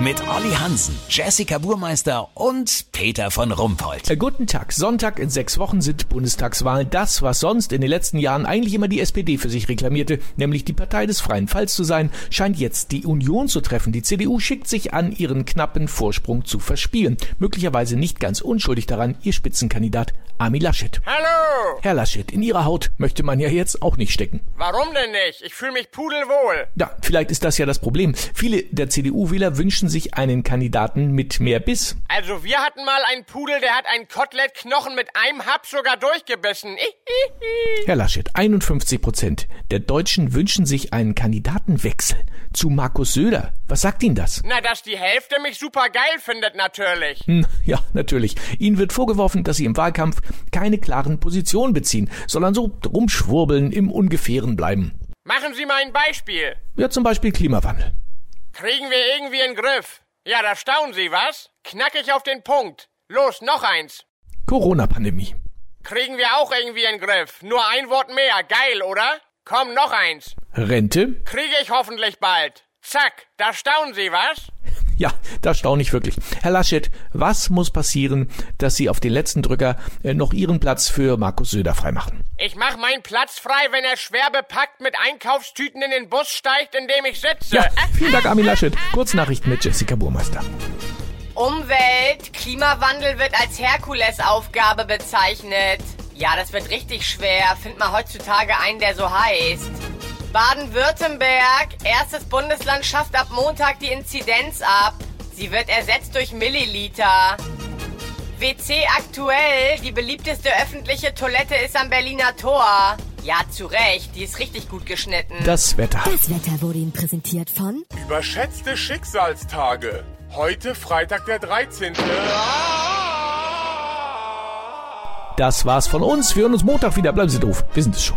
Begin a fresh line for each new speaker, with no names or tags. Mit Olli Hansen, Jessica Burmeister und Peter von Rumpold.
Äh, Guten Tag. Sonntag in sechs Wochen sind Bundestagswahlen. Das, was sonst in den letzten Jahren eigentlich immer die SPD für sich reklamierte, nämlich die Partei des freien Falls zu sein, scheint jetzt die Union zu treffen. Die CDU schickt sich an, ihren knappen Vorsprung zu verspielen. Möglicherweise nicht ganz unschuldig daran ihr Spitzenkandidat Armin Laschet.
Hallo!
Herr Laschet, in Ihrer Haut möchte man ja jetzt auch nicht stecken.
Warum denn nicht? Ich fühle mich pudelwohl.
Ja, vielleicht ist das ja das Problem. Viele der CDU-Wähler wünschen sich einen Kandidaten mit mehr Biss.
Also wir hatten mal einen Pudel, der hat einen Kotelettknochen mit einem Hab sogar durchgebissen.
Herr Laschet, 51 Prozent der Deutschen wünschen sich einen Kandidatenwechsel zu Markus Söder. Was sagt Ihnen das?
Na, dass die Hälfte mich super geil findet natürlich.
Hm, Ja, natürlich. Ihnen wird vorgeworfen, dass Sie im Wahlkampf keine klaren Positionen beziehen, sondern so rumschwurbeln, im Ungefähren bleiben.
Machen Sie mal ein Beispiel.
Ja, zum Beispiel Klimawandel.
Kriegen wir irgendwie in den Griff. Ja, da staunen Sie, was? Knackig auf den Punkt. Los, noch eins.
Corona-Pandemie.
Kriegen wir auch irgendwie in den Griff. Nur ein Wort mehr. Geil, oder? Komm, noch eins.
Rente?
Kriege ich hoffentlich bald. Zack, da staunen Sie, was?
Ja, da staune ich wirklich. Herr Laschet, was muss passieren, dass Sie auf den letzten Drücker äh, noch Ihren Platz für Markus Söder freimachen?
Ich mach meinen Platz frei, wenn er schwer bepackt mit Einkaufstüten in den Bus steigt, in dem ich sitze.
Ja, vielen Dank, Armin Laschet. Kurznachrichten mit Jessica Burmeister.
Umwelt, Klimawandel wird als Herkulesaufgabe bezeichnet. Ja, das wird richtig schwer. Find mal heutzutage einen, der so heißt. Baden-Württemberg, erstes Bundesland, schafft ab Montag die Inzidenz ab. Sie wird ersetzt durch Milliliter. WC aktuell, die beliebteste öffentliche Toilette ist am Berliner Tor. Ja, zu Recht, die ist richtig gut geschnitten.
Das Wetter.
Das Wetter wurde Ihnen präsentiert von
Überschätzte Schicksalstage. Heute Freitag der 13.
Das war's von uns. Wir hören uns Montag wieder. Bleiben Sie doof. Wir sind es schon.